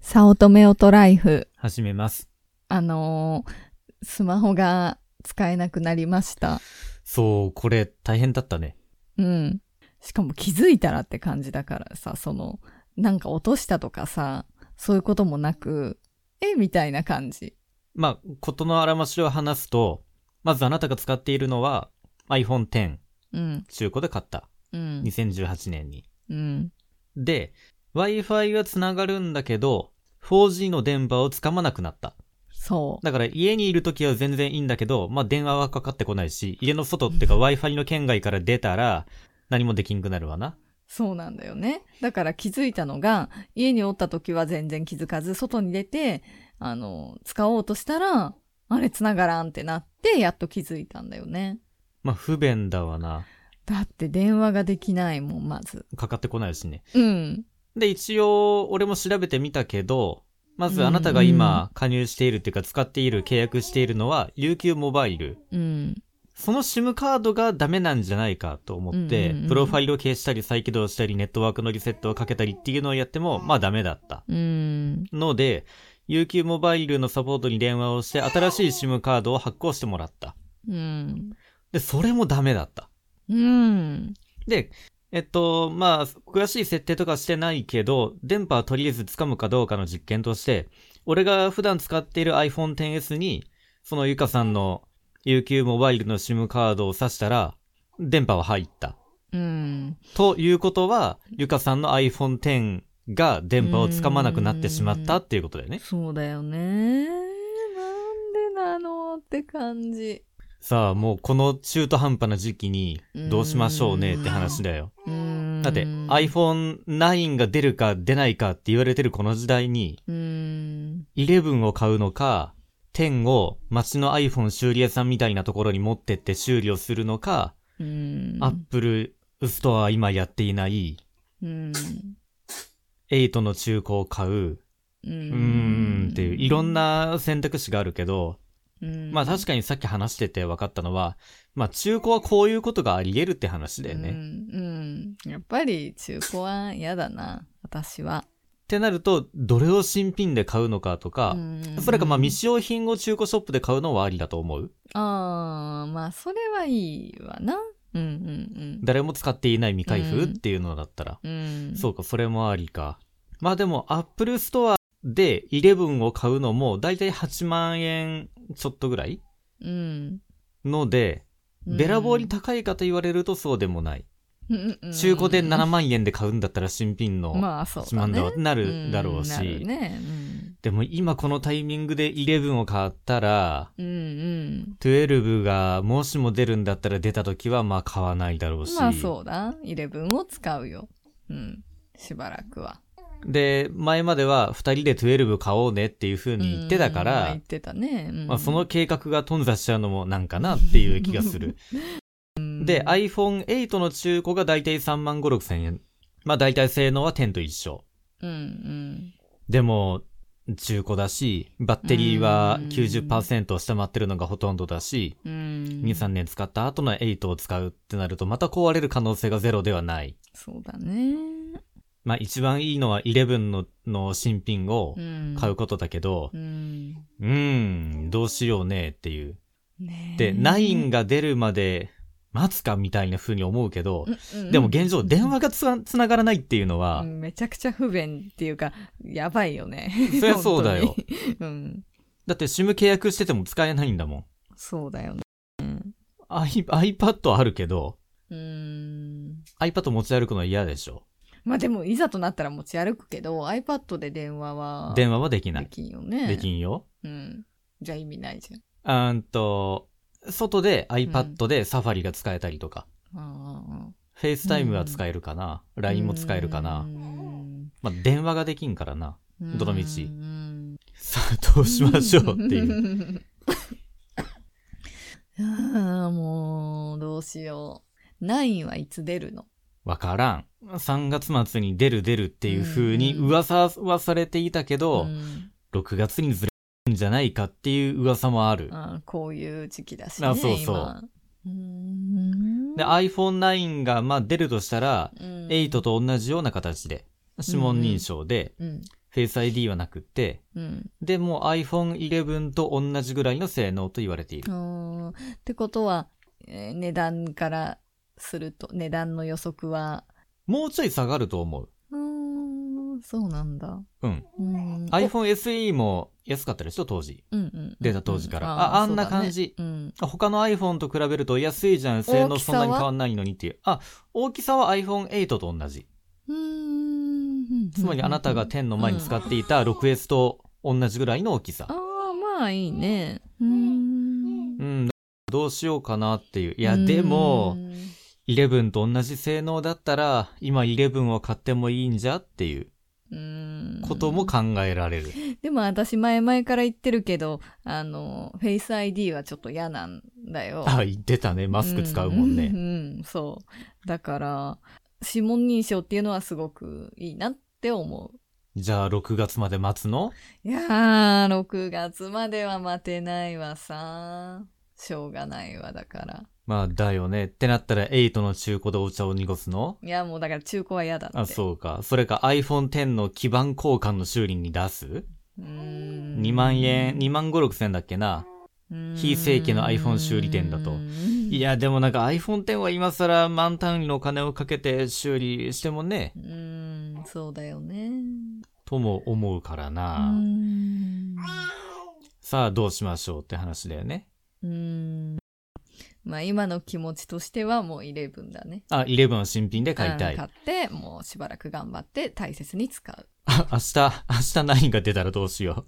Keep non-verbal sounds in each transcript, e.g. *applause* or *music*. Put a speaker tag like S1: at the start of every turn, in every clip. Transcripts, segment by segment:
S1: 早乙女オトライフ、
S2: 始めます。
S1: あのースマホが使えなくなりました。
S2: そう、これ大変だったね。
S1: うん。しかも気づいたらって感じだからさ、その、なんか落としたとかさ、そういうこともなく、えみたいな感じ。
S2: まあ、ことのあらましを話すと、まずあなたが使っているのは iPhone X
S1: うん、
S2: 中古で買った。
S1: うん、
S2: 2018年に。
S1: うん、
S2: で、Wi-Fi は繋がるんだけど、4G の電波をつかまなくなった。
S1: そ
S2: だから家にいる時は全然いいんだけど、まあ電話はかかってこないし、家の外っていうか Wi-Fi の圏外から出たら、何もできんくなるわな。
S1: う。そうなんだよね。だから気づいたのが、家におった時は全然気づかず、外に出て、あの、使おうとしたら、あれ繋がらんってなって、やっと気づいたんだよね。
S2: まあ不便だわな。
S1: だって電話ができないもん、まず。
S2: かかってこないしね。
S1: うん。
S2: で、一応、俺も調べてみたけど、まずあなたが今加入しているっていうか使っている、契約しているのは UQ モバイル。
S1: うん。
S2: その SIM カードがダメなんじゃないかと思って、
S1: うんうんうん
S2: プロファイルを消したり再起動したり、ネットワークのリセットをかけたりっていうのをやっても、まあダメだった。
S1: うん。
S2: ので、UQ モバイルのサポートに電話をして、新しい SIM カードを発行してもらった。
S1: うん。
S2: で、それもダメだった。
S1: うん。
S2: で、えっと、まあ、詳しい設定とかしてないけど、電波はとりあえず掴むかどうかの実験として、俺が普段使っている iPhone XS に、そのゆかさんの UQ モバイルの SIM カードを挿したら、電波は入った。
S1: うん。
S2: ということは、ゆかさんの iPhone X が電波を掴まなくなってしまったっていうことだよね。
S1: そうだよね。なんでなのって感じ。
S2: さあ、もうこの中途半端な時期にどうしましょうねって話だよ。
S1: うん。
S2: だって、iPhone9 が出るか出ないかって言われてるこの時代に、
S1: うん。
S2: 11を買うのか、10を街の iPhone 修理屋さんみたいなところに持ってって修理をするのか、
S1: うん。
S2: Apple ストアは今やっていない、
S1: うん。
S2: 8の中古を買う、う
S1: う
S2: ーんっていう、いろん。な選択肢があるけど、
S1: うん
S2: まあ確かにさっき話してて分かったのは、まあ中古はこういうことがあり得るって話だよね。
S1: うん。
S2: っ
S1: うん。やっぱり中古は嫌だな。私は。
S2: てなると、どれを新品で買うのかとか、
S1: うん
S2: それかまあ未使用品を中古ショップで買うのはありだと思う。
S1: ああ、まあ、それはいいわな。うんうん
S2: 誰も使っていない未開封っていうのだったら。
S1: うん。うん。
S2: そうか、それもありか。まあでも、Apple Store で11を買うのも、だいたい8万円ちょっとぐらい
S1: うん。
S2: ので、
S1: うん
S2: べらぼうに高いかと言われるとそうでもない。
S1: うんうん
S2: 中古で7万円で買うんだったら新品の
S1: まあそうだ
S2: 1万
S1: ね
S2: だわってなるだろう
S1: なる
S2: し。
S1: ね
S2: でも今このタイミングで11を買ったら、
S1: うんうん
S2: 12がもしも出るんだったら出た時はまあ買わないだろ
S1: う
S2: うんし。
S1: まあそうだ11を使うようんしばらくは
S2: で、前までは2人で12買おうねっていう風に言ってたか
S1: うんまあ
S2: ら
S1: 言っ、てたね、うん
S2: まあ、その計画が頓挫しちゃうのもなんかなっていう気がする。
S1: うん
S2: で、iPhone8 の中古がだいたい3万5、6千円。まあ大体性能は10と一緒。
S1: うんうん
S2: でも、中古だし、バッテリーは90%を下回ってるのがほとんどだし、
S1: うん
S2: 2、3年使った後の8を使うってなるとまた壊れる可能性がゼロではない。
S1: そうだね、
S2: まあ一番いいのは11のの新品を
S1: うん、
S2: 買うことだけど
S1: う、ん
S2: うーん、どうしようねっていう。
S1: ねえ
S2: で、9が出るまで待つかみたいな風に思うけど、
S1: うんうん
S2: でも現状電話がつなつながらないっていうのは、
S1: うんめちゃくちゃ不便っていうかやばいよね
S2: そりゃそうだよ
S1: 本当にうん
S2: だって SIM 契約してても使えないんだもん。
S1: そうだよね
S2: I、iPad あるけど、
S1: うん
S2: iPad 持ち歩くのは嫌でしょ。
S1: まあでもいざとなったら持ち歩くけど iPad で電話は
S2: 電話はできな
S1: で
S2: い。
S1: きんよね
S2: できんよ。
S1: うん、じゃあ意味ないじ
S2: うーんと、外で iPad でサファリが使えたりとか、
S1: ゃんああ
S2: FaceTime は使えるかな、LINE も使えるかな、
S1: うん
S2: まあ、電話ができんからな。どの道
S1: うん
S2: さあ、どうしましょうっていう。
S1: *laughs* ああもうどうしよう9はいつ出るの
S2: わからん。3月末に出る出るっていう風に
S1: うん
S2: 噂はされていたけど、
S1: ん
S2: 6月にずれるんじゃないかっていう噂もある。
S1: ああこういう時期だしね
S2: あそうそう
S1: 今うん
S2: で、iPhone9 が、まあ、出るとしたら、
S1: うん
S2: 8と同じような形で、指紋認証で、
S1: うん
S2: Face ID はなくって、
S1: うん。
S2: で、もう iPhone 11と同じぐらいの性能と言われている。
S1: あーってことは、えー値段からすると、値段の予測は、
S2: もうちょい下がると思う。
S1: うーん、そうなんだ。
S2: うん。
S1: うーん。
S2: iPhone SE も安かったでしょ、当時。
S1: うんうんうん
S2: 出た当時から
S1: う
S2: ああ
S1: そうん
S2: な
S1: だね
S2: 感じ
S1: うん。
S2: あ他の iPhone と比べると安いじゃん、性能
S1: 大き
S2: そ
S1: さは
S2: んなに変わんないのにっていう。あ、大きさは iPhone8 と同じ。
S1: うーん。
S2: つまりあなたが10の前に使っていた 6S と同じぐらいの大きさ
S1: あ。あ、まあいいね。うーん。
S2: うん、どうしようかなっていう。いや、でも
S1: う、ーん、
S2: 11と同じ性能だったら、今11を買ってもいいんじゃっていう
S1: うーん
S2: ことも考えられる。
S1: でも私前々から言ってるけど、あの、フェイス ID はちょっと嫌なんだよ。
S2: あ、言ってたね。マスク使うもん
S1: う
S2: ね。
S1: ん、うんそう。だから、指紋認証っていうのはすごくいいなって思う。
S2: じゃあ、6月まで待つの
S1: いやー、6月までは待てないわさ。しょうがないわ、だから。
S2: まあ、だよね。ってなったら、8の中古でお茶を濁すの
S1: いや、もうだから中古は嫌だって。
S2: あ、そうか。それか iPhone X の基盤交換の修理に出す
S1: うーん。
S2: 2万円、2万5、6千だっけな。非正規の iPhone 修理店だとい
S1: いや。
S2: や、でもなんか iPhone X は今更満単位のお金をかけて修理してもね
S1: う、ーん、そうだよね。
S2: とも思うから
S1: う
S2: な。
S1: ーん。
S2: さあ、どうしましょうって話だよね。
S1: うーん。まあ今の気持ちとしてはもう11だね。
S2: あ、11は新品で買いた
S1: うん
S2: い。
S1: 買って、もうしばらく頑張って大切に使う。
S2: あ *laughs* 明日、明日9が出たらどうしよ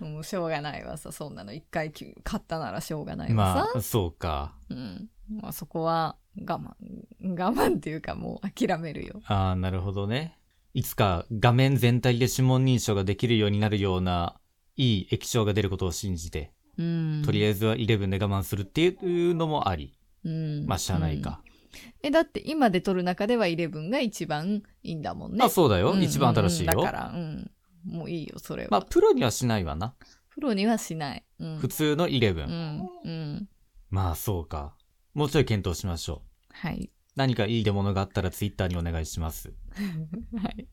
S2: う。
S1: もうしょうがないわさ、そんなの一回き買ったならしょうがないわさ。
S2: まあ、そうか。
S1: うん。まあそこは我慢、我慢っていうかもう諦めるよ。
S2: ああ、なるほどね。いつか画面全体で指紋認証ができるようになるような、いい液晶が出ることを信じて、
S1: うん。
S2: とりあえずは11で我慢するっていうのもあり。
S1: うん。
S2: まあ、しゃあないか。
S1: うん。え、だって今で撮る中では11が一番いいんだもんね。
S2: まあ、そうだよ。
S1: うん
S2: 一番新しいよ。
S1: うんだから、うん。もういいよ、それは。
S2: まあ、プロにはしないわな。
S1: プロにはしない。うん。
S2: 普通の11。
S1: うん。うん。
S2: まあ、そうか。もうちょい検討しましょう。
S1: はい。
S2: 何かいい出物があったらツイッターにお願いします。
S1: はい。